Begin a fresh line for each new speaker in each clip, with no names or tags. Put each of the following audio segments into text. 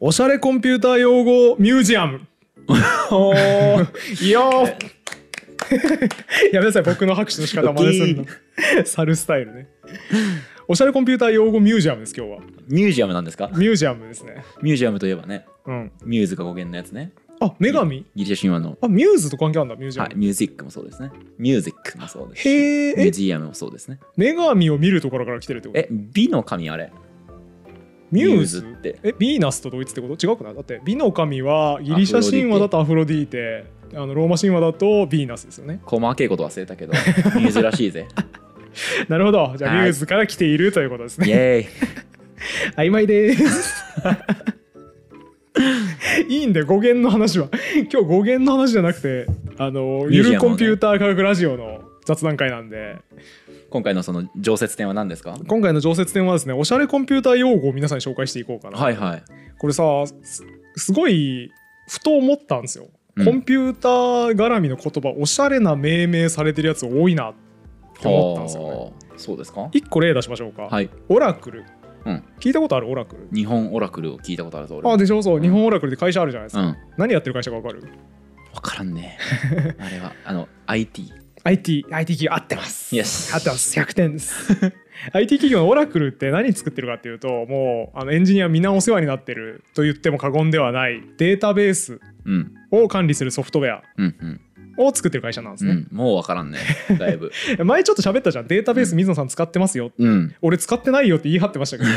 おしゃれコンピューター用語ミュージア ム。
おー
いやー やめなさい、僕の拍手の仕方真似すんの。猿スタイルね。おしゃれコンピューター用語ミュージアムです、 今日は。
ミュージアムなんですか
ミュージアムですね。
ミュージアムといえばね
うん。
ミューズが語源のやつね
あ、女神
ギリシャ神話の、
あ、ミューズと関係あるんだ、ミュージア
は
ム。
い、ミュージックもそうですねミュージックもそうですし
へー
ミュー
え、
ジアムもそうですね
女神を見るところから来てるってこと
え美の神あれ
ミューズ
ミュって
え、ヴィーナスと同一ってこと違うくないだって、美の神はギリシャ神話だとアフロディーテ、あのローマ神話だとヴィーナスですよね。
細かいこと忘れた けどミューズらしいぜ
なるほど。じゃあ、
はい
ミューズから来ているということです
イ
ね。
エーイ
曖昧です。いいんだよ語源の話は今日語源の話じゃなくてあの
ミュ
ゆ
ージ
る
アムを
コ
ね
ンピューター科学ラジオの雑談会なんで
今回のその常設展は何ですか
今回の常設展はですねおしゃれコンピューター用語を皆さんに紹介していこうかな、
はいはい
これさすすごいふと思ったんですよ、
うん
コンピューター絡みの言葉おしゃれな命名されてるやつ多いなって思ったんですよね
はあそうですか
1個例出しましょうか、
はい
オラクル、
うん
聞いたことあるオラクル
日本オラクルを聞いたことあるぞ俺
あでしょそう、
うん
日本オラクルで会社あるじゃないです
う
か、
ん
何やってる会社か分かる
分から んねあれはあの IT
IT, IT 企業合ってます。
よし
合ってます。100点です。IT 企業のオラクルって何作ってるかっていうともうあのエンジニアみんなお世話になってると言っても過言ではないデータベース
うん
を管理するソフトウェア
うんうん
を作ってる会社なんです
う
ね、
んもう分からんねだいぶ
前ちょっと喋ったじゃんデータベース水野さん使ってますよ、
うん
俺使ってないよって言い張ってました けど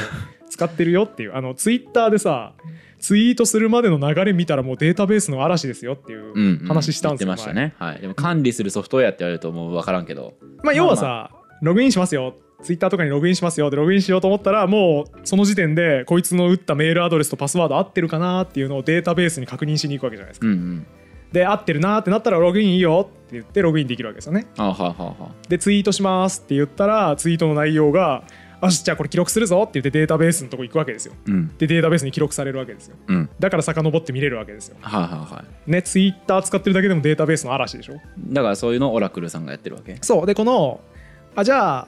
使ってるよっていうあのツイッターでさツイートするまでの流れ見たらもうデータベースの嵐ですよってい
うん
う
うん
話したんですよ、
言ってましたねはいでも管理するソフトウェアって言われるともう分からんけど
まあ、要はさ、ログインしますよ。ツイッターとかにログインしますよでログインしようと思ったらもうその時点でこいつの打ったメールアドレスとパスワード合ってるかなっていうのをデータベースに確認しに行くわけじゃないですか
う。んうん
で合ってるなってなったらログインいいよって言ってログインできるわけですよね。
あははは
でツイートしますって言ったらツイートの内容が「よしじゃあこれ記録するぞ」って言ってデータベースのとこ行くわけですよ。
うん
でデータベースに記録されるわけですよ。
うん
だから遡って見れるわけですよ。
はいはいはい
ねツイッター使ってるだけでもデータベースの嵐でしょ。
だからそういうのをオラクルさんがやってるわけ
そうでこのあじゃあ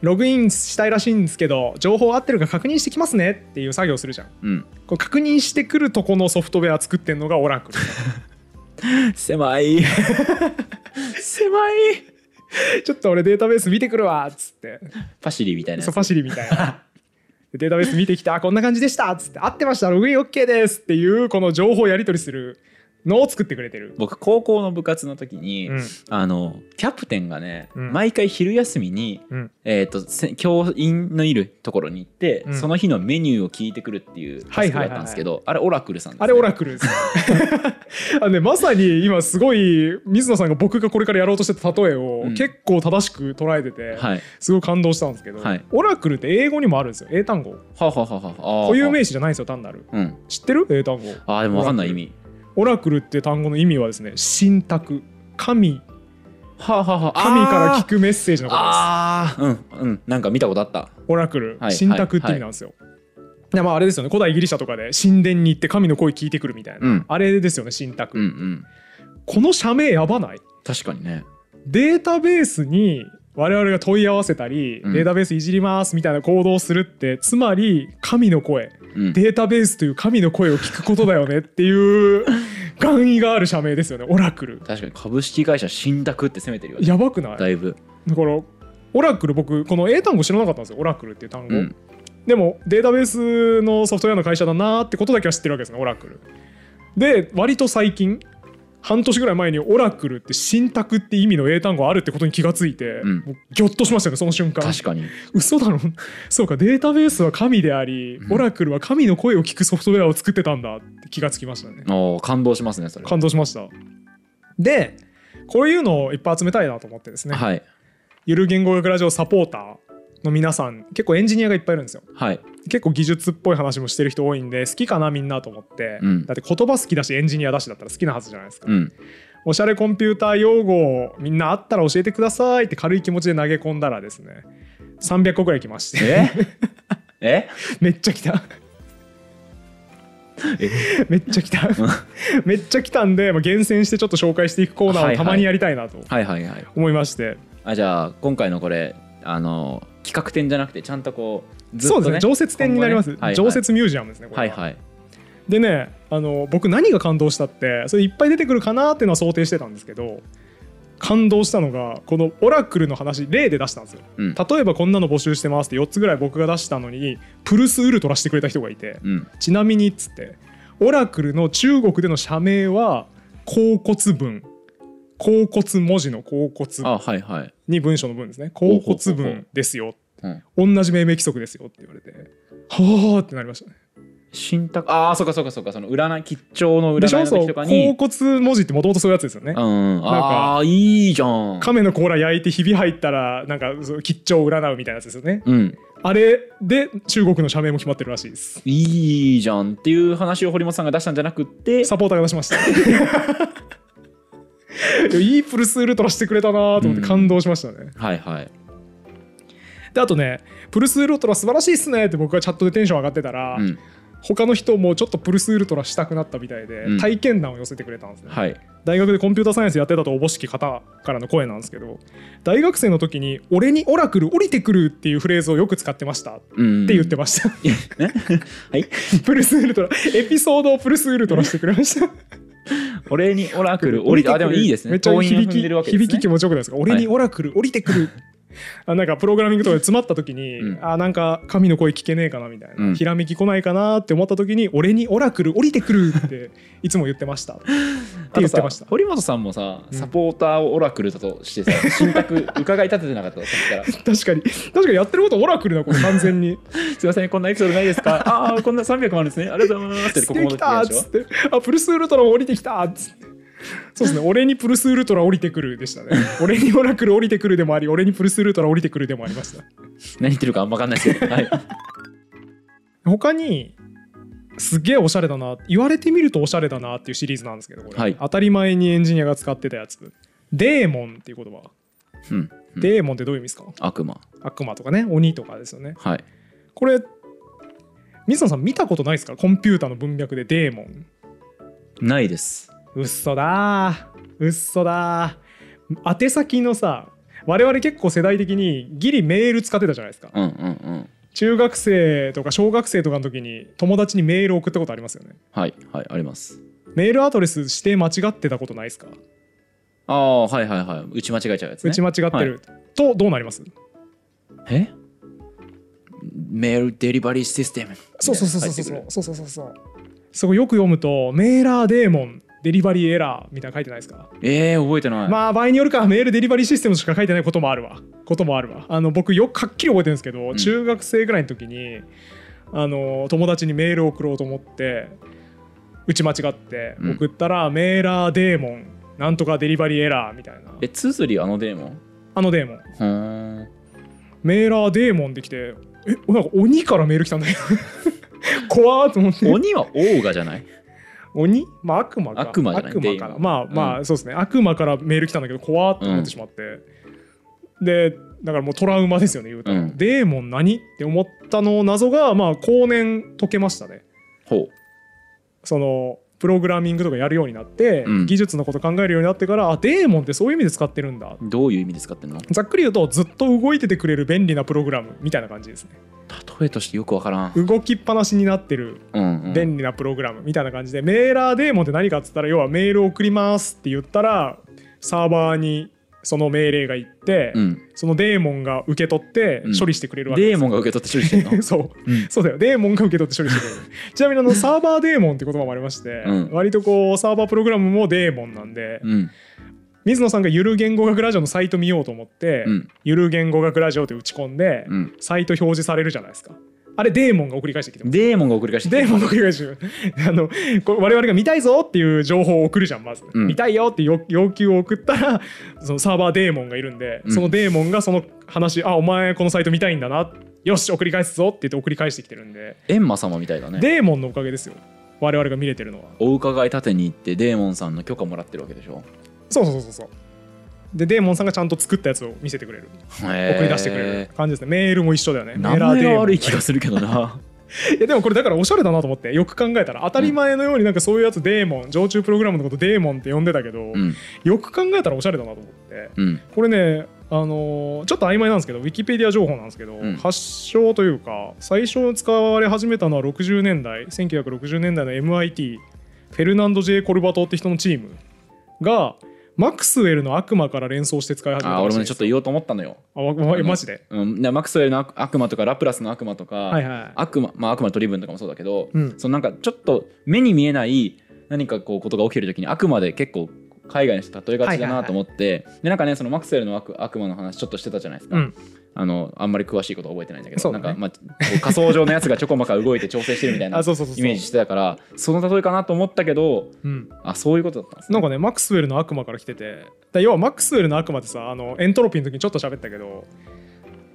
ログインしたいらしいんですけど情報合ってるか確認してきますねっていう作業するじゃん
うん
こう確認してくるとこのソフトウェア作ってんのがオラクル
狭 い 狭い
ちょっと俺データベース見てくるわっつ って
パシリみたいなや
ソ
つ
ファシリみたいなでデータベース見てきたこんな感じでしたっつって合ってましたログイン OK ですっていうこの情報やり取りするのを作ってくれてる、
僕高校の部活の時に、
うん
あのキャプテンがね、
うん
毎回昼休みに、
うん
えー、とせ教員のいるところに行って、
うん
その日のメニューを聞いてくるっていうタスクだったんですけど、あれオラクルさんです、ね、
あれオラクルです あのねまさに今すごい水野さんが僕がこれからやろうとしてた例えを
うん
結構正しく捉えてて、
はい
すごい感動したんですけど、
はい
オラクルって英語にもあるんですよ英単語
はあ、はあはあはあ、あー
固有名詞じゃないんですよ単なる
うん
知ってる英単語
あーでも分かんない意味
オラクルって単語の意味はですね神託神
はあ、はあはあ、
神から聞
く
くメッセージのことです
あーあーうんうんなんか見たことあった
オラクル
はい
神託って意味なんですよ、でまああれですよね古代ギリシャとかで神殿に行って神の声聞いてくるみたいな、
うん
あれですよね神託、
うんうん
この社名やばない
確かにね
データベースに我々が問い合わせたり、
うん
データベースいじりますみたいな行動をするってつまり神の声
うん
データベースという神の声を聞くことだよねっていう願意がある社名ですよねオラクル
確かに株式会社信託って攻めてるよね
やばくないだか
だいぶ
らオラクル僕この英単語知らなかったんですよオラクルっていう単語、
うん
でもデータベースのソフトウェアの会社だなーってことだけは知ってるわけですねオラクルで割と最近半年ぐらい前にオラクルって信託って意味の英単語あるってことに気がついて、
うん
もうギョッとしましたよねその瞬間
確かに
嘘だろ そうかデータベースは神であり、
うん
オラクルは神の声を聞くソフトウェアを作ってたんだって気がつきましたね
おー感動しますねそれは
感動しましたでこういうのをいっぱい集めたいなと思ってですね、
はい
ゆる言語学ラジオサポーターの皆さん結構エンジニアがいっぱいいるんですよ
はい
結構技術っぽい話もしてる人多いんで好きかなみんなと思って、
うん
だって言葉好きだしエンジニアだしだったら好きなはずじゃないですか、
うん
おしゃれコンピューター用語をみんなあったら教えてくださいって軽い気持ちで投げ込んだらですね300個ぐらい来まして
ええ
めっちゃ来た めっちゃ来た めっちゃ来たんで、まあ、厳選してちょっと紹介していくコーナ
は
ーを
いはい
たまにやりたいなと
はいはいはい
思いまして、
あじゃあ今回のこれあの企画展じゃなくてちゃんとこうずっ
そ
と、
う
ね、
ですね常設展になります、
今後ねはいはい
常設ミュージアムですねこれ
は
はい
はい
でねあの僕何が感動したってそれいっぱい出てくるかなっていうのは想定してたんですけど感動したのがこのオラクルの話例で出したんですよ、
うん
例えばこんなの募集してますって4つぐらい僕が出したのにプルスウルトラしてくれた人がいて、
うん
ちなみにっつってオラクルの中国での社名は甲骨文甲骨文字の甲骨
あはいはい
に文章の文ですね
ほう
甲
ほうほう
骨文ですよ
うん
同じ命名規則ですよって言われてはあってなりましたね
信託ああそうかそうかそうかその占い吉兆の
でし
占
ょ
いの
そう
時とか
甲
に
骨文字ってもともとそういうやつですよね
うん
んか
ああーいいじゃん
亀の甲羅焼いてひび入ったらなんかそう吉兆を占うみたいなやつですよね
うん
あれで中国の社名も決まってるらしいです
いいじゃんっていう話を堀本さんが出したんじゃなくって
サポーターが出しました いやいいプルスウルトラしてくれたなと思って感動しましたね、
はいはい
であとねプルスウルトラ素晴らしいっすねって僕がチャットでテンション上がってたら、
うん
他の人もちょっとプルスウルトラしたくなったみたいで、
うん
体験談を寄せてくれたんですね、
はい
大学でコンピューターサイエンスやってたとおぼしき方からの声なんですけど大学生の時に「俺にオラクル降りてくる」っていうフレーズをよく使ってましたって
うん
言ってました、
はい
プルスウルトラエピソードをプルスウルトラしてくれました
俺にオ ラクル降りてあでもいいですね
めっちゃ
党員を
響
踏ん
き、
でるわけですね
響き気持ちよくないですか俺にオラクル降りてく る、あなんかプログラミングとかで詰まった時に、
うん
あなんか神の声聞けねえかなみたいな、
うん
ひらめき来ないかなって思った時に俺にオラクル降りてくるっていつも言ってましたって言ってまし
あとさ
た
堀本さんもさ
うん
サポーターをオラクルだとしてさ 信託伺い立ててなかったさっきから
確かに確かにやってることオラクルだこれ完全に
すいません、こんなエピソードないですか ああ、こんな300もあるんですね。ありがとうございます。
「
って
来
ここ戻って
き
て
た」
た
っ
でし
つ
ょ
って「あプルスウルトラ降りてきた」っつってそうですね「俺にプルスウルトラ降りてくる」で したね「俺にオラクル降りてくる」でもあり「俺にプルスウルトラ降りてくる」でもありました
何言ってるかあんま分かんないです けど。はい。
他にすげえおしゃれだな言われてみるとおしゃれだなっていうシリーズなんですけどこれ、
はい
当たり前にエンジニアが使ってたやつ「デーモン」っていう言葉、
うん。うん、
デーモンってどういう意味ですか
悪魔。
悪魔とかね鬼とかですよね
はい。
これ水野さん見たことないですかコンピューターの文脈でデーモン
ないです。
うっそだーうっそだー宛先のさ我々結構世代的にギリメール使ってたじゃないですか
うんうんうん。
中学生とか小学生とかの時に友達にメール送ったことありますよね
はい。はい。あります。
メールアドレス指定間違ってたことないですか
ああ、はいはいはい。打ち間違えちゃうやつ、ね。
打ち間違ってる、とどうなります
えメールデリバリーシステム。
そうそうそうそう
みたいな
そう
の
そうそうそうそうそこよく読むとメーラーデーモンデリバリーエラーみたいなの書いてないですか
入ってくるえー、覚えてない。
まあ場合によるかメールデリバリーシステムしか書いてないこともあるわこともあるわあの僕よくはっきり覚えてるんですけど、
ん
中学生ぐらいの時にあの友達にメールを送ろうと思って打ち間違って
うん
送ったら、メーラーデーモンなんとかデリバリーエラーみたいな
え、ツーズリーあのデーモン
あのデーモン
ほーん。
メーラーデーモンできてえなんか鬼からメール来たんだけど 怖ーと思って
鬼はオーガじゃない
鬼まあ悪魔か
悪魔じゃないデーモン
からまあ
うん
まあそうですね、悪魔からメール来たんだけど怖って思ってしまって、でだからもうトラウマですよね言うたら、
うん
デーモン何って思ったの謎がまあ後年解けましたね
ほ
そのプログラミングとかやるようになって、
うん
技術のこと考えるようになってからあデーモンってそういう意味で使ってるんだ
う。どういう意味で使ってんの
ざっくり言うとずっと動いててくれる便利なプログラムみたいな感じですね
例えとしてよくわからん。
動きっぱなしになってる
うん、うん。
便利なプログラムみたいな感じで、メーラーデーモンって何かっつったら要はメールを送りますって言ったらサーバーにその命令が行って、
うん。
そのデーモンが受け取って
うん
処理してくれるわけ
デ
で
ー
す、
モンが受け取って処理してん の
そう
うん
そうだよデーモンが受け取って処理してくれ るちなみにあのサーバーデーモンって言葉もありまして、
うん
割とこうサーバープログラムもデーモンなんで、
うん。
水野さんがゆる言語学ラジオのサイト見ようと思って、
うん。
ゆる言語学ラジオって打ち込んで、
うん。
サイト表示されるじゃないですかあれデーモンが送り返してきてます
デーモンが送り返してきた
で、僕が言う あのこれ我々が見たいぞっていう情報を送るじゃんまず、
うん
見たいよって要要求を送ったらそのサーバーデーモンがいるんで、
うん
そのデーモンがその話あお前このサイト見たいんだなよし送り返すぞって言って送り返してきてるんで、
エンマ様みたいだね
デーモンのおかげですよ我々が見れてるのは
お伺い立てに行ってデーモンさんの許可もらってるわけでしょ
そうそうそうそうでデーモンさんがちゃんと作ったやつを見せてくれる
送
送り出してくれる感じですねメールも一緒だよねメ
名
ーラーデー
前
モン
は悪い気がするけどな
いやでもこれだからおしゃれだなと思ってよく考えたら当たり前のようになんかそういうやつデーモン常駐プログラムのことデーモンって呼んでたけど、
うん
よく考えたらおしゃれだなと思って
うん
これねあのーちょっと曖昧なんですけどウィキペディア情報なんですけど、
うん
発祥というか最初使われ始めたのは60年代1960年代の MIT フェルナンド・ J ・コルバトって人のチームがマクスウェルの悪魔から連想して使い始めた
あ
ら
俺
しい
も
んで
ねち
す
ょっと言おうと思ったのよ、
あわわ
あの
マジで
うん、でマクスウェルの悪悪魔とかラプラスの悪魔とか、
はいはい
悪魔まあ悪魔の取り分とかもそうだけど、
うん
そのなんかちょっと目に見えない何かこうことが起きてる時に悪魔で結構海外の人例えがちだ
はいはいは
ないと思って、でなんかねそのマクセルの悪悪魔の話ちょっとしてたじゃないですか、
うん
あのあんまり詳しいことは覚えてないんだけ
そ
ど
うだね
なんか、まあ、こう仮想上のやつがちょこまか動いて調整してるみたい な
あ
イ
そうそうそうそう
メージしてたからその例えかなと思ったけど
うん、
あそういうことだったんですね
なんかねマックスウェルの悪魔から来ててだ要はマックスウェルの悪魔ってさあのエントロピーの時にちょっと喋ったけど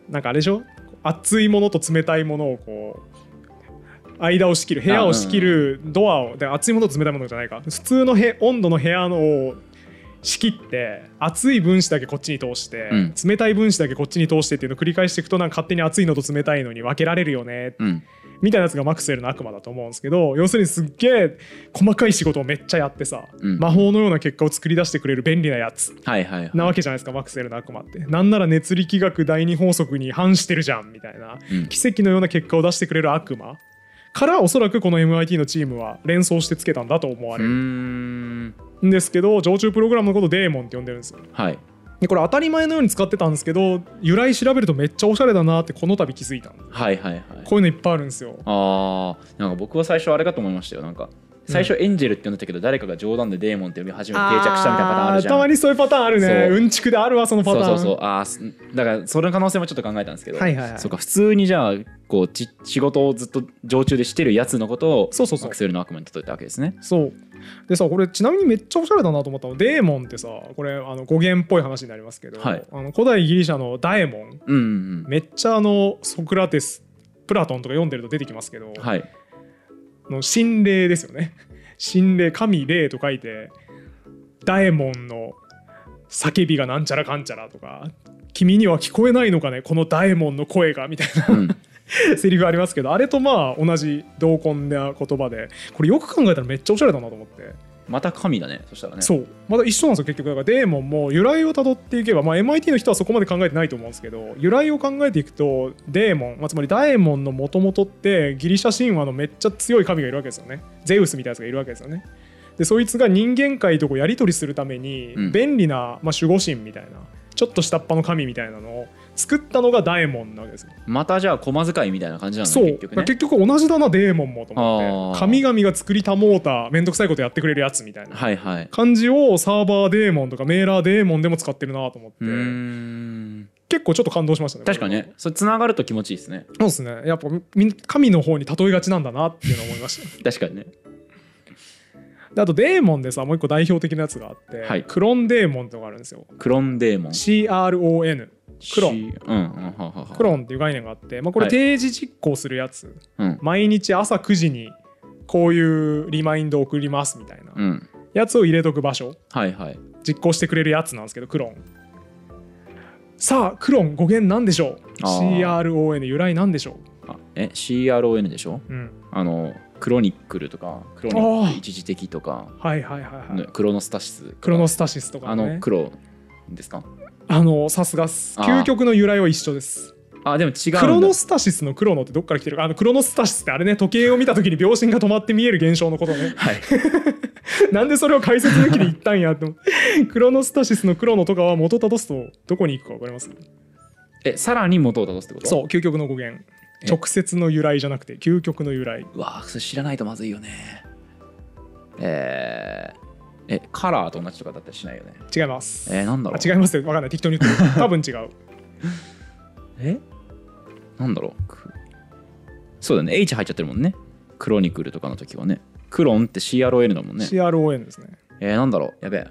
なんかあれでしょ熱いものと冷たいものをこう間を仕切る部屋を仕切るドアをで熱いものと冷たいものじゃないか普通のへ温度の部屋のを仕切って熱い分子だけこっちに通して、
うん
冷たい分子だけこっちに通してっていうのを繰り返していくとなんか勝手に熱いのと冷たいのに分けられるよね
うん
みたいなやつがマクスウェルの悪魔だと思うんですけど要するにすっげえ細かい仕事をめっちゃやってさ、
うん
魔法のような結果を作り出してくれる便利なやつ
はいはいはい
なわけじゃないですかマクスウェルの悪魔ってなんなら熱力学第二法則に反してるじゃんみたいな、
うん
奇跡のような結果を出してくれる悪魔からおそらくこの MIT のチームは連想してつけたんだと思わ
う
れ
ー
る
ん
んですけど常駐プログラムのことをデーモンって呼んでるんですよ
はい
でこれ当たり前のように使ってたんですけど由来調べるとめっちゃおしゃれだなってこの度気づいたの
はいはいはい
こういうのいっぱいあるんですよ
あーなんか僕は最初あれかと思いましたよなんか最初エンジェルって呼んでたけど、誰かが冗談でデーモンって呼び始めて定着したみたいなパターンあるじゃん
あーたまにそういうパターンあるね
そう
うんちくであるわそのパター
そう
ン
そうそうあーすだからその可能性もちょっと考えたんですけど、
はいはいはい
そうか普通にじゃあこうち仕事をずっと常駐でしてるやつのことを
そうそうそう
マクセルの悪魔に例えたわけですね
そうでさこれちなみにめっちゃおしゃれだなと思ったのデーモンってさこれあの語源っぽい話になりますけど、
はい
あの古代ギリシャのダエモン
うんうん
めっちゃあのソクラテスプラトンとか読んでると出てきますけど、
うんはい
の神霊ですよね神霊神霊と書いてダエモンの叫びがなんちゃらかんちゃらとか君には聞こえないのかねこのダエモンの声がみたいな
うん
セリフありますけどあれとまあ同じ同梱な言葉でこれよく考えたらめっちゃおしゃれだなと思って、
また神だねそしたらね
そうまた一緒なんですよ結局だからデーモンも由来をたどっていけば、まあ、MIT の人はそこまで考えてないと思うんですけど由来を考えていくとデーモン、まあ、つまりダエモンの元々ってギリシャ神話のめっちゃ強い神がいるわけですよねゼウスみたいなやつがいるわけですよねでそいつが人間界とこうやり取りするために
うん
便利な、まあ、守護神みたいなちょっと下っ端の神みたいなのを作ったのがダエモンなわけですよ
またじゃあ駒遣いみたいな感じなんだ
そう
ね結
結
局
局,、
ね
同じだなデーモンもと思っ
あー
て神々が作りたもうためんどくさいことやってくれるやつみたいな
はいはい
感じをサーバーデーモンとかメーラーデーモンでも使ってるなと思っ
う
て
ーん
結構ちょっと感動しましたね
確かにねそれつながると気持ちいいですね
これはそうですねやっぱみ神の方に例えがちなんだなっていうのを思いました
確かにね
であとデーモンでさもう一個代表的なやつがあって、
はい
クロンデーモンってのがあるんですよ
クロンデーモン
CRON クロン
C- うんうんははは
クロンっていう概念があって、まあ、これ
はい
定時実行するやつ、
うん
毎日朝9時にこういうリマインドを送りますみたいな
うん
やつを入れとく場所
はいはい
実行してくれるやつなんですけどクロンさあクロン語源なんでしょう
あー
CRON 由来なんでしょ
あえ CRON でしょ
う、うん、
あのクロニックルとかクロニ
あ
ッ
ー
ク一時的とか、
はいはいはいはい、
ねクロノスタシスとか
クロノスタシスと
あ
か
の
ね
黒ですか
あのさすがっす
あー
究極の由来は一緒です
あでも違うんだ
クロノスタシスのクロノってどっから来てるかあのクロノスタシスってあれね時計を見た時に秒針が止まって見える現象のことね
はい
なんでそれを解説抜きで言ったんやって思うクロノスタシスのクロノとかは元たどすとどこに行くか分かります
えさらに元をたどすってこと
そう究極の語源
え
直接の由来じゃなくて究極の由来
うわーそれ知らないとまずいよねえー、えカラーと同じとかだったりしないよね
違います
えー、なんだろ
あ
う
違いますよ分かんない適当に言 ってる多分違う
えなんだろうくそうだね H 入っちゃってるもんねクロニクルとかの時はねクロンって CRON だもんね
CRON ですね
えー、なんだろうやべえ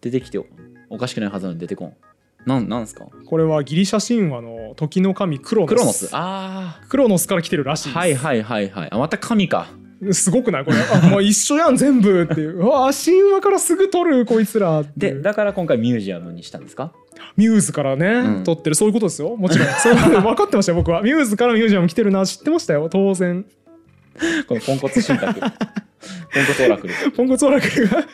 出てきておおかしくないはずなのに出てこんなんなんすか
これはギリシャ神話の時の神クロノス
クロノスあ
クロノスから来てるらしい
あ
です、
はいはいはいはいあまた神か
すごくないこれあもう一緒やん全部って いううわ神話からすぐ撮るこいつらってい
で
う
だから今回ミュージアムにしたんですか
ミューズからね、
ん
撮ってるそういうことですよもちろんそういうこと分かってましたよ僕はミューズからミュージアム来てるな知ってましたよ当然
このポンコツ信託ポンコツオラクル。
ポンコツオラクルが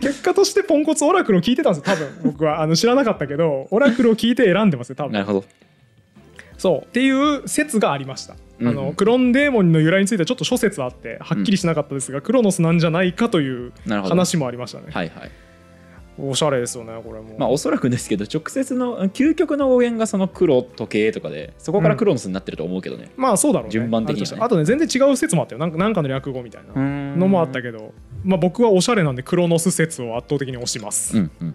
結果としてポンコツオラクルを聞いてたんですよ多分僕はあの知らなかったけどオラクルを聞いて選んでますよ多
な
分
るほど。
そうっていう説がありました、あ
うんう
の
ん
クロンデーモンの由来についてはちょっと諸説あってはっきりしなかったですが、クロノスなんじゃないかという
なるほど。
話もありましたね、
はいはい。
おしゃれですよねこれも、
まあおそらくですけど、直接の究極の語源がその黒時計とかで、そこからクロノスになってると思うけどね。
まあそうだろうね
順番的に
あると
はね
したらあとね全然違う説もあったよなんかなんかの略語みたいなのもあったけ
け
ど、まあ、僕はおしゃれなんでクロノス説を圧倒的に推します、
うんうん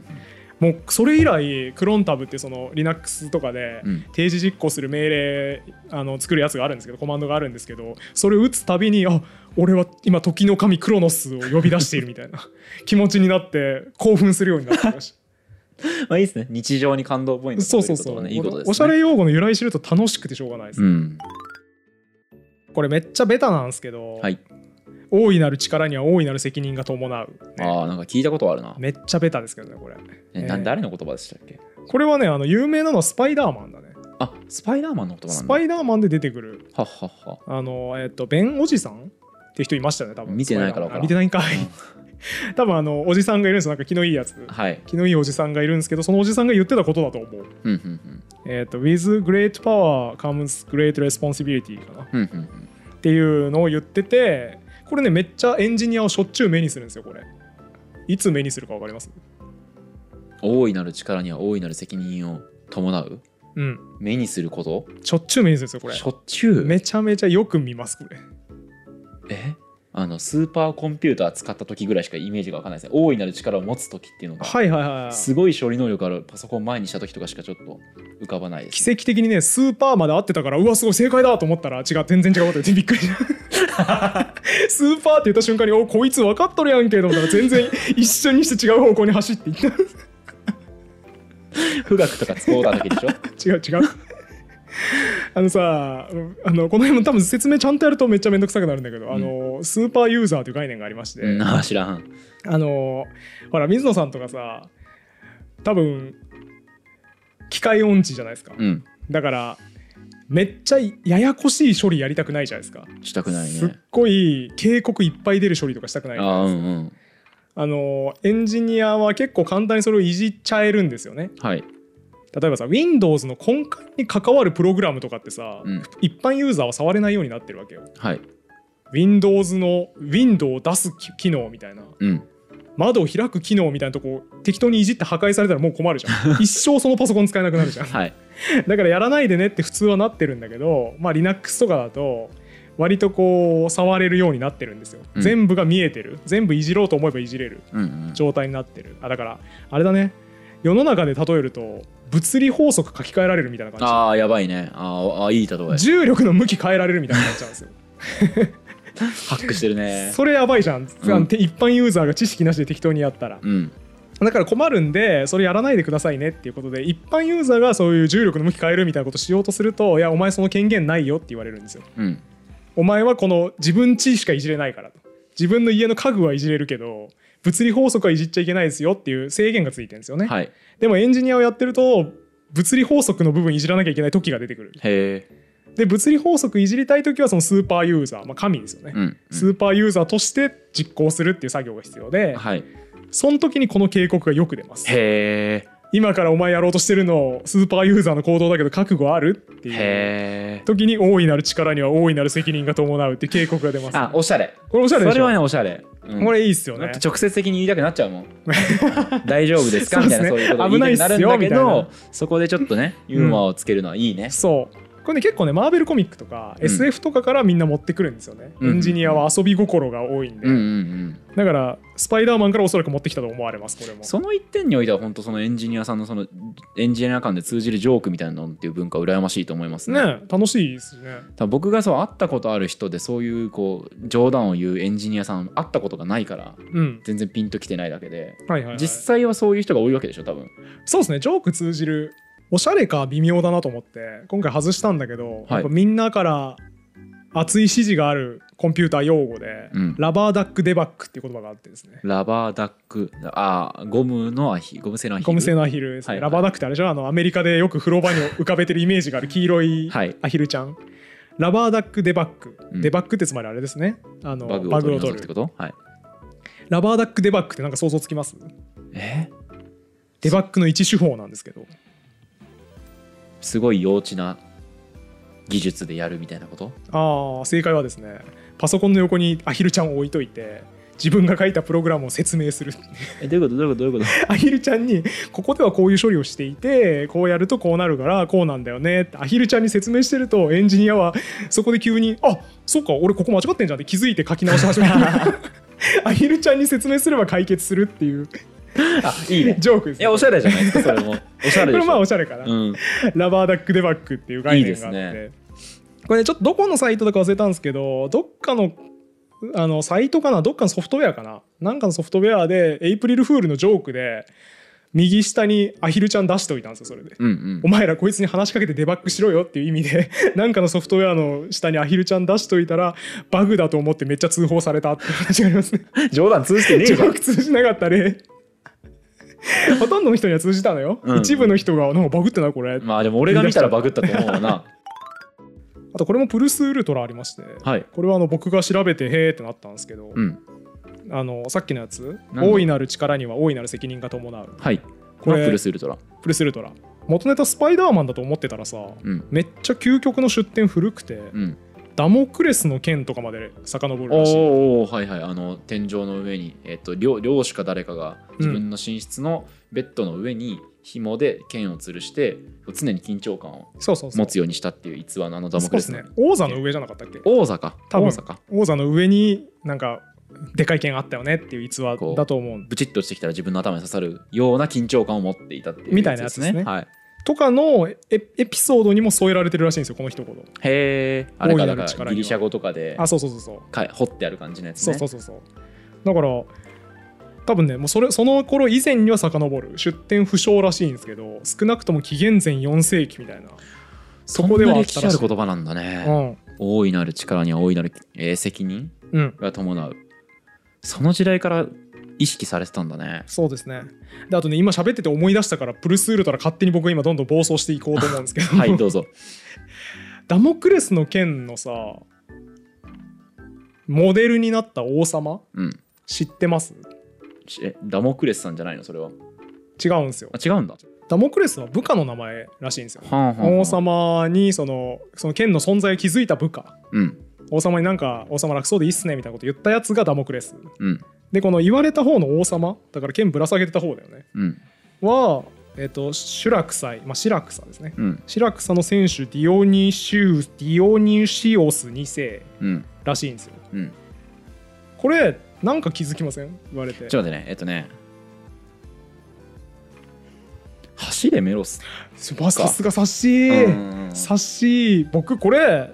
もうそれ以来クロンタブってその Linux とかで
うん。
定時実行する命令あの作るやつがあるんですけどコマンドがあるんですけどそれを打つたびにあ俺は今時の神クロノスを呼び出しているみたいな 気持ちになって興奮するようになってきまし
まあいいですね。日常に感動ポイン
た
ト
そうそう
とい
そう
こと
う、
はねいいことですね。
おしゃれ用語の由来知ると楽しくてしょうがないです、
うん。
これめっちゃベタなんですけど、
はい。
大いなる力には大いなる責任が伴う、ね、
ああ、なんか聞いたことあるな。
めっちゃベタですけどねこれ
え
えー
な誰の言葉でしたっけ
これはねあの有名なのはスパイダーマンだね
あスパイダーマンの言葉な
ス
んだ。
パイダーマンで出てくる
はっはっは。
あの、えっ、と、ベンおじさんって人いましたよね、多分。
見てないから分からん
あ見てないんかい。 多分、あの、おじさんがいるんですよ。なんか気のいいやつ。
はい。
気のいいおじさんがいるんですけど、そのおじさんが言ってたことだと思う。
うんうん
えっ、と、with great power comes great responsibility かな。
うん。うんうんうん。
っていうのを言ってて、これね、めっちゃエンジニアをしょっちゅう目にするんですよ、これ。いつ目にするか分かります
大いなる力には大いなる責任を伴う
うん。
目にすること
しょっちゅう目にするんですよ、これ
し。ょっちゅう
めちゃめちゃよく見ます、これ。
えあのスーパーコンピューター使った時ぐらいしかイメージがわかんないですね大いなる力を持つ時っていうのが、
はいはいはいはい。
すごい処理能力あるパソコン前にした時とかしかちょっと浮かばないです、
奇跡的にねスーパーまで合ってたからうわすごい正解だと思ったら違う全然違うこと言ってびっくりした スーパーって言った瞬間に「おこいつ分かっとるやんけ」と思ったら全然一緒にして違う方向に走っていった
ね、富岳とか使うた時でしょ
違う違う あのさあのこの辺も多分説明ちゃんとやるとめっちゃめんどくさくなるんだけど、あのスーパーユーザーという概念がありまして、
うんあー知らん
あのほら水野さんとかさ多分機械音痴じゃないですか、
うん
だからめっちゃややこしい処理やりたくないじゃないですか
したくない
すっ
ね
ごい警告いっぱい出る処理とかしたくないあ
あーうんうん
のエンジニアは結構簡単にそれをいじっちゃえるんですよね
はい、
例えばさ Windows の根幹に関わるプログラムとかってさ、
うん、
一般ユーザーは触れないようになってるわけよ
はい、
Windows の Window を出す機機能みたいな
うん、
窓を開く機能みたいなとこ適当にいじって破壊されたらもう困るじゃ ん一生そのパソコン使えなくなるじゃん
はい、
だからやらないでねって普通はなってるんだけど、まあ、Linux とかだと割とこう触れるようになってるんですよ、
うん
全部が見えてる全部いじろうと思えばいじれる
うんうん、
状態になってるあだからあれだね世の中で例えると物理法則書き換えられるみたいな感
ああやばいねあーあーいい例え
じ重力の向き変えられるみたいになっちゃうんです よ
ハックしてるね
それやばいじゃん、
うん
あのて一般ユーザーが知識なしで適当にやったら
うん
だから困るんでそれやらないでくださいねっていうことで一般ユーザーがそういう重力の向き変えるみたいなことしようとするといやお前その権限ないよって言われるんですよ
うん
お前はこの自分家しかいじれないからと自分の家の家具はいじれるけど物理法則はいじっちゃいけないですよっていう制限がついてるんですよね、
はい
でもエンジニアをやってると物理法則の部分いじらなきゃいけない時が出てくる
へえ
で物理法則いじりたい時はそのスーパーユーザー、まあ、神ですよね、
うんうん
スーパーユーザーとして実行するっていう作業が必要で、
はい
その時にこの警告がよく出ます
へえ
今からお前やろうとしてるのスーパーユーザーの行動だけど覚悟あるっていう
へえ
時に大いなる力には大いなる責任が伴うっていう警告が出ます、
あおしゃれ
これおしゃれでしょ
それはねおしゃれ、うん
これいいっすよ
なん
ね
か。直接的に言いたくなっちゃうもん 大丈夫ですかみたい
そ
なそうう
ですね
いうこと言いたく
危ないっ
なるんだけ
すよみ
どそこでちょっとねユーモアをつけるのはいいね、
そう。これね結構ねマーベルコミックとか、
うん
SF とかからみんな持ってくるんですよね。
うん
エンジニアは遊び心が多いんで、
うん、うんうん
だからスパイダーマンからおそらく持ってきたと思われますこれも。
その一点においては本当そのエンジニアさんのそのエンジニア間で通じるジョークみたいなのっていう文化羨ましいと思いますね
ね楽しいですね。
多分僕がそう会ったことある人でそういうこう冗談を言うエンジニアさん会ったことがないから
うん。
全然ピンときてないだけで
はいはい、はい。
実際はそういう人が多いわけでしょ多分
そうですねジョーク通じるおしゃれか微妙だなと思って今回外したんだけど、
はい
やっぱみんなから熱い指示があるコンピューター用語で、
うん
ラバーダックデバッグっていう言葉があってですね。
ラバーダックあーゴムのアヒゴム製のアヒル
ゴム製のアヒルですね、
はいはい
ラバーダックってあれじゃんあのアメリカでよく風呂場に浮かべてるイメージがある黄色い
はい
アヒルちゃん、ラバーダックデバッグ、
うん
デバッグってつまりあれですねあの
バグ
バ
を
グ
取
を
り除
取
くって
る
ことはい。
ラバーダックデバッグってなんか想像つきます
え
デバッグの一手法なんですけど
すごい幼稚な技術でやるみたいなこと
ああ正解はですねパソコンの横にアヒルちゃんを置いといて自分が書いたプログラムを説明する
えどういうことどういうことどういうこ と
アヒルちゃんにここではこういう処理をしていてこうやるとこうなるからこうなんだよねってアヒルちゃんに説明してるとエンジニアはそこで急にあそうか俺ここ間違ってんじゃんって気づいて書き直し始 めるアヒルちゃんに説明すれば解決するっていう
あいいね。
ジョークです、
いや、おしゃれじゃないですか、それも。おしゃ
こ
れで
れ
し
まあ
ょ。
おしゃれかな、
うん、
ラバーダックデバッグっていう概
いい
念
です
があって
ね
これねちょっとどこのサイトだか忘れたんですけどどっかのあのサイトかなどっかのソフトウェアかななんかのソフトウェアでエイプリルフールのジョークで右下にアヒルちゃん出しておいたんですよそれで。
うんうん
お前らこいつに話しかけてデバッグしろよっていう意味で なんかのソフトウェアの下にアヒルちゃん出しといたらバグだと思ってめっちゃ通報されたっていう話がありますね
冗談通じてね
ジョーク通じなかったねほとんどの人には通じたのよ、
うんうん
一部の人がなんかバグってないこれって
まあでも俺が見たらバグったと思うわな。
あとこれもプルスウルトラありまして、
はい。
これはあの僕が調べてへーってなったんですけど、
うん。
あのさっきのやつ
なんだ
大いなる力には大いなる責任が伴う
はい。
こ
こ
れ
れプルスウルトラ。
プルスウルトラ元ネタスパイダーマンだと思ってたらさ
うん。
めっちゃ究極の出典古くて、
うん。
ダモクレスの剣とかまで遡る
お
らしい
ーおーはいはい。あの、天井の上に、えっと、漁漁師か誰かが自分の寝室のベッドの上に紐で剣を吊るして、常に緊張感を
そうそうそう
持つようにしたっていう逸話のあのダ
そ
モ
う
ク
で
レ
す
ス
ね
の。
王座の上じゃなかったっけ
王座か。
多分
王座か。
王座の上になんかでかい剣あったよねっていう逸話だと思う
ブチッとしてきたら自分の頭に刺さるような緊張感を持っていたっていう、
みたいなやつですね
はい。
とかのエエピソードにも添えられてるらしいんですよこの一言
へえ。あれ
大
が
いな
だ
る力には
からギリシャ語とかで
あそうそうそうそう
か掘ってある感じのやつ
そ
ね。
うそうそうそう。だから多分ねもうそれその頃以前には遡る出典不詳らしいんですけど少なくとも紀元前4世紀みたいな、
そ
こ
こ
で
で
は
は
あっ
歴
た
史
ら
あ
しい
る言葉なんだ
う
ね。
ん
大いなる力には大いなる、えー責任
うん、
が伴う。その時代から意識されてたんだね。
そうですねであとね今喋ってて思い出したからプルスウルトラ勝手に僕今どんどん暴走していこうと思うんですけど、
はい、どう ぞ。
ダモクレスの剣のさモデルになった王様
うん。
知ってます
しえ、ダモクレスさんじゃないのそれは。
違うんですよ
あ、違うんだ。
ダモクレスは部下の名前らしいんですよ
はんはんはん
王。様にそのその剣の存在を気づいた部下
うん。
王様になんか王様楽そうでいいっすねみたいなこと言ったやつがダモクレス
うん。
でこの言われた方の王様だから剣ぶら下げてた方だよね
うん。は
は、えっとシュラクサイ、まあ、シラクサですね
うん。
シラクサの選手ディオニシウスディオニシオス2世
うん。
らしいんですよ
うん。
これなんか気づきません言われて
ちょっと待ってね。えっとね。走れメロス。
まあさすが察し
うん
察し僕これ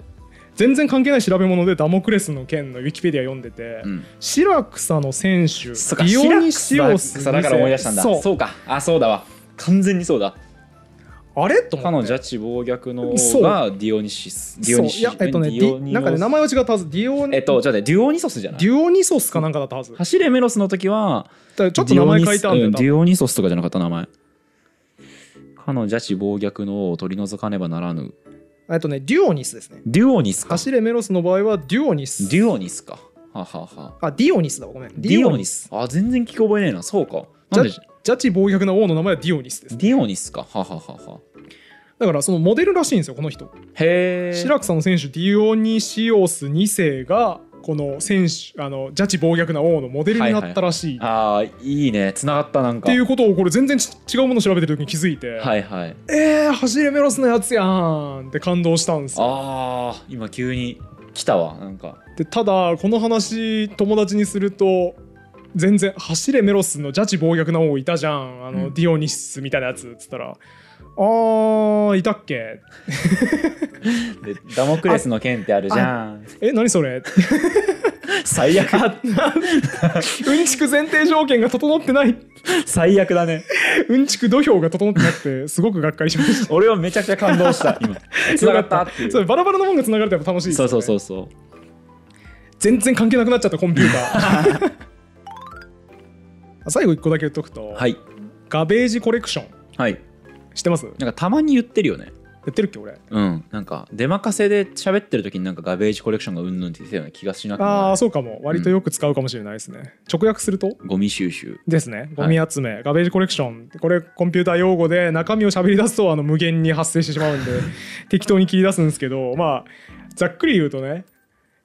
全然関係ない調べ物でダモクレスの剣のウィキペディア読んでて、
うん。
シラクサの選手デ
そっか、
ィオニ
シ
シ
ラ
オ
ク
ス
サだから思い出したんだ。
そう
そうか。あ、そうだわ。完全にそうだ。
あれと思って
彼のジャッジ暴虐の
そ
王
う
がディオニシス。ディオニシ
そ
ス。
ういやえっとね
デ
デ
ィオニ
ィ
オ
なんかね名前は違ったはずディオニ
えっと、じゃあね、デュオニソスじゃない
デュオニソスかなんかだったはずだか
走れメロスの時は、
らちょっと名前書いてあるんだ
デ
よ多
ィオニスうんデ
分
ュオニソスとかじゃなかった名前。彼の邪知暴虐の王を取り除かねばならぬ。
えっとねデュオニスですね
デュオニスか。
走れメロスの場合はデュオニス
デュオニスか。ははは。
あディオニスだわごめん
ディオニス。あ、全然聞き覚えねえな。そうか。なんで
ジジャッジ暴虐な王の名前はディオニスです
ディオニスか。はははは。
だからそのモデルらしいんですよこの人
へえ。
シラクサの選手ディオニシオス2世がこの選手あのジャッジ暴虐な王のモデルになったらしい、
ああ、いいね。つながったなん
っ
か。
ていうことをこれ全然ち違うもの調べてる時に気づいて、
はいはい。
えー、走れメロスのやつやんって感動したんですよ
ああ、今急に来たわ。なんか。
でただこの話友達にすると全然「走れメロスのジャチ暴虐な王いたじゃんあの、
うん
ディオニスみたいなやつ」っつったら「あーいたっけ
でダモクレスの剣ってあるじゃん。
え何それ?」
最悪。
うんちく前提条件が整ってない
最悪だね。
うんちく土俵が整ってなくてすごくがっかりしました
俺はめちゃくちゃ感動 した今つながったってい う
そうバラバラのもんがつながるとやっぱ楽しいです
そ
よ
う
ね
そうそうそう
全然関係なくなっちゃったコンピュータ ー最後一個だけ言っとくと、
はい
ガベージコレクション
はい
知ってます
なんかたまに言ってるよね
やってるっけ俺
うんなんか出任せで喋ってる時になんかガベージコレクションがうんぬんって言ってたような気がしなくも
あ
な
あ
い
そうかも割とよく使うかもしれないですね、直訳すると
ゴミ収集
ですねゴミ集め、ガベージコレクションこれコンピューター用語で中身を喋り出すとあの無限に発生してしま うんで適当に切り出すんですけどまあざっくり言うとね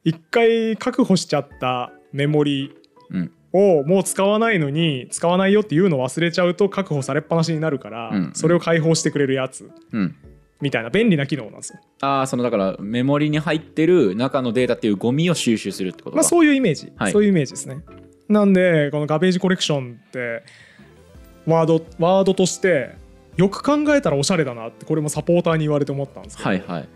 一回確保しちゃったメモリ
うん
をもう使わないのに使わないよっていうのを忘れちゃうと確保されっぱなしになるから、
うん
それを解放してくれるやつ
うん
みたいな便利な機能なんですよ。
ああそのだからメモリに入ってる中のデータっていうゴミを収集するってことか、
まあそういうイメージ、
はい
そういうイメージですね。なんでこのガベージコレクションってワードワードとしてよく考えたらおしゃれだなってこれもサポーターに言われて思ったんですけど、
はいはい、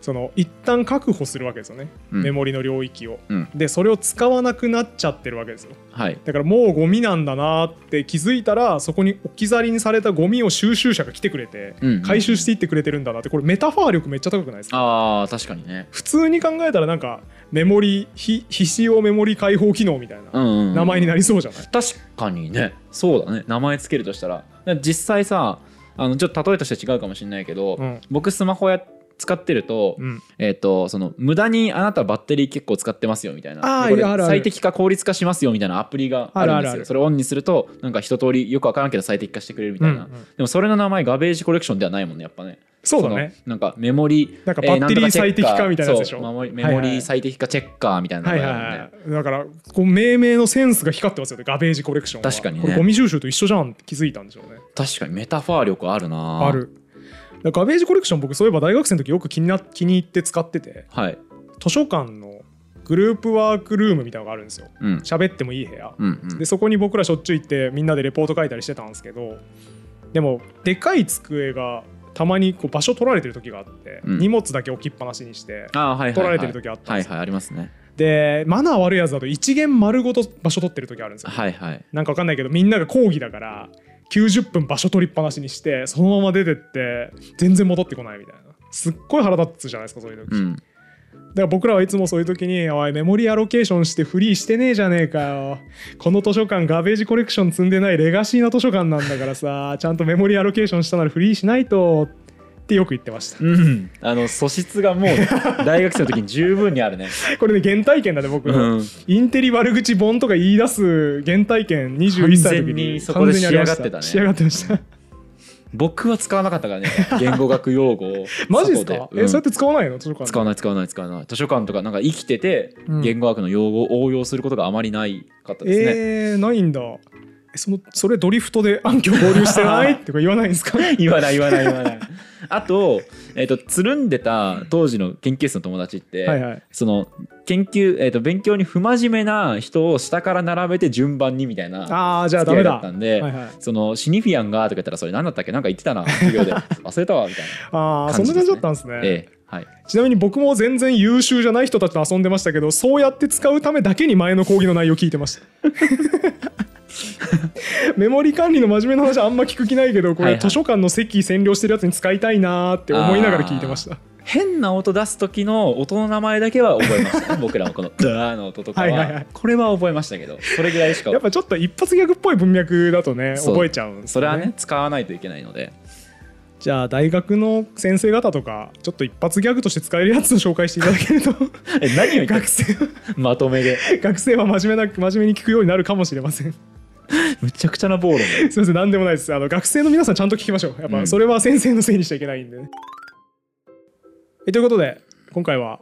その一旦確保するわけですよね、
うん
メモリの領域を。
うん
でそれを使わなくなっちゃってるわけですよ。
はい
だからもうゴミなんだなって気づいたらそこに置き去りにされたゴミを収集者が来てくれて
うんうん
回収していってくれてるんだなってこれメタファー力めっちゃ高くないですか
あー確かにね
普通に考えたらなんかメモリ非非使用メモリ解放機能みたい
うん
な
うん、うん、
名前になりそうじゃない、
確かにねそうだね名前つけるとしたらだ実際さあのちょっと例えとして違うかもしれないけど、
うん
僕スマホや使ってると,、
うん
えっとその無駄にあなたバッテリー結構使ってますよみたいな
あー
これ
あるある
最適化効率化しますよみたいなアプリがあるんですよ
あるあるある
それをオンにするとなんか一通りよくわからんけど最適化してくれるみ
う
た
ん
いな、
うん
でもそれの名前ガベージコレクションではないもんねやっぱね
そうだね
そのなんかメモリ
なんかバッテリー
えなんとチェッカ
最適化みたいなやつでしょ
そうメモリ
はい
メ
は
モ
い
リー最適化チェッカーみたいな
はい
名前
は
だ
い
もんね、
はいだからこう命名のセンスが光ってますよねガベージコレクションは
確かにね
これゴミ収集と一緒じゃんって気づいたんでしょうね
確かにメタファー力あるな
あるだからガベージコレクション僕そういえば大学生の時よく気にな気に入って使ってて
はい
図書館のグループワークルームみたいなのがあるんですよ
うん
喋ってもいい部屋、
うんうん
でそこに僕らしょっちゅう行ってみんなでレポート書いたりしてたんですけどでもでかい机がたまにこう場所取られてる時があって、
うん
荷物だけ置きっぱなしにして
あーはいはいはい、
取られてる時あったん
は
で
い
すよ
はいありますね
でマナー悪いやつだと一元丸ごと場所取ってる時あるんですよ
はいはい
なんかわかんないけどみんなが講義だから90分場所取りっぱなしにしてそのまま出てって全然戻ってこないみたいなすっごい腹立つじゃないですかそういう時、
うん
だから僕らはいつもそういう時に「おいメモリアロケーションしてフリーしてねえじゃねえかよこの図書館ガベージコレクション積んでないレガシーな図書館なんだからさちゃんとメモリアロケーションしたならフリーしないと」ってよく言ってました
うんあの素質がもう 大学生の時に十分にあるね
これね原体験だね僕の、
うん
インテリ悪口本とか言い出す原体験21歳の時
完全に
に
そこで仕上がってた
完全にあ
ね
りまし仕上がってま した
僕は使わなかったからね言語学用語を
マジですか
そこ
え
うん
そうやって使わないの図書館で
使わない使わない使わない図書館とかなんか生きてて
うん
言語学の用語を応用することがあまりないかったですね、
えー、ないんだえそのそれドリフトで暗記を合流してない とか言わないんですか
言わない言わない言わないあと,、えっとつるんでた当時の研究室の友達って、
はいはい
その研究、えっと勉強に不真面目な人を下から並べて順番にみたいな
ああじゃあダ
付
メ
き合いだ
だ
ったんで、
はいはい
そのシニフィアンがとか言ったらそれ何だったっけなんか言ってたな 授業で忘れたわみたい
ああ、そんな感じだったんですね
な、、ええはい、
ちなみに僕も全然優秀じゃない人たちと遊んでましたけどそうやって使うためだけに前の講義の内容聞いてました メモリ管理の真面目な話あんま聞く気ないけどこ
はい
れ
はい
図書館の席占領してるやつに使いたいなーって思いながら聞いてました
変な音出す時の音の名前だけは覚えましたね 僕らもこの「ダー」の音とかは,、
はいはいはい
これは覚えましたけどそれぐらいしか
やっぱちょっと一発ギャグっぽい文脈だとね
そう
覚えちゃうんですよ
それはね使わないといけないので
じゃあ大学の先生方とかちょっと一発ギャグとして使えるやつを紹介していただけると
え何を言った
学生は
まとめで
学生は真面目な真面目に聞くようになるかもしれません
むちゃくちゃな暴論だよ
すみません、なんでもないです。あの学生の皆さん、ちゃんと聞きましょう。やっ
う
ぱ、
ん
それは先生のせいにしちゃいけないんでね。えということで、今回は、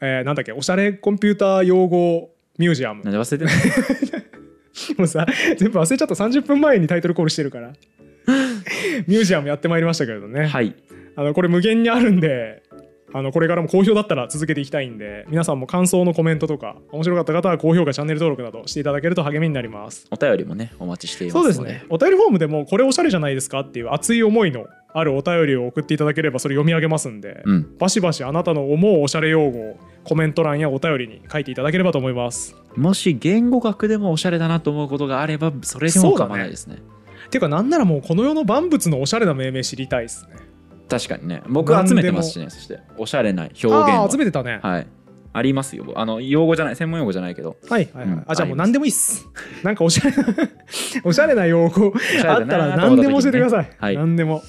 えーなんだっけ、おしゃれコンピューター用語ミュージアム。
なんで忘れてん の
もうさ、全部忘れちゃった。30分前にタイトルコールしてるから。 ミュージアムやってまいりましたけれどね。
はい
あのこれ、無限にあるんで。あのこれからも好評だったら続けていきたいんで皆さんも感想のコメントとか面白かった方は高評価チャンネル登録などしていただけると励みになります。
お便りもねお待ちしていま
そうですす
ので
ね。お便りフォームでもこれおしゃれじゃないですかっていう熱い思いのあるお便りを送っていただければそれ読み上げますんで、
うん
バシバシあなたの思うおしゃれ用語をコメント欄やお便りに書いていただければと思います。
もし言語学でもおしゃれだなと思うことがあればそれでも構わないですね
ていうかなんならもうこの世の万物のおしゃれな命名知りたいですね。
確かにね僕集めてますしねそしておしゃれな表現
あ
は
あ集めてたね。
はいありますよあの用語じゃない専門用語じゃないけど
はいはいはい、
うん
あじゃあもう何でもいいっす。なんか おしゃれなおしゃれな用語
おしゃ
あ
れ
った
だ
ら
なと
何
思った時にね
でも教えてください。
はい
何でも。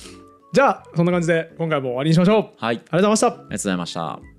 じゃあそんな感じで今回も終わりにしましょう
は
あ
い。ありがと
りがとうございました
うございました。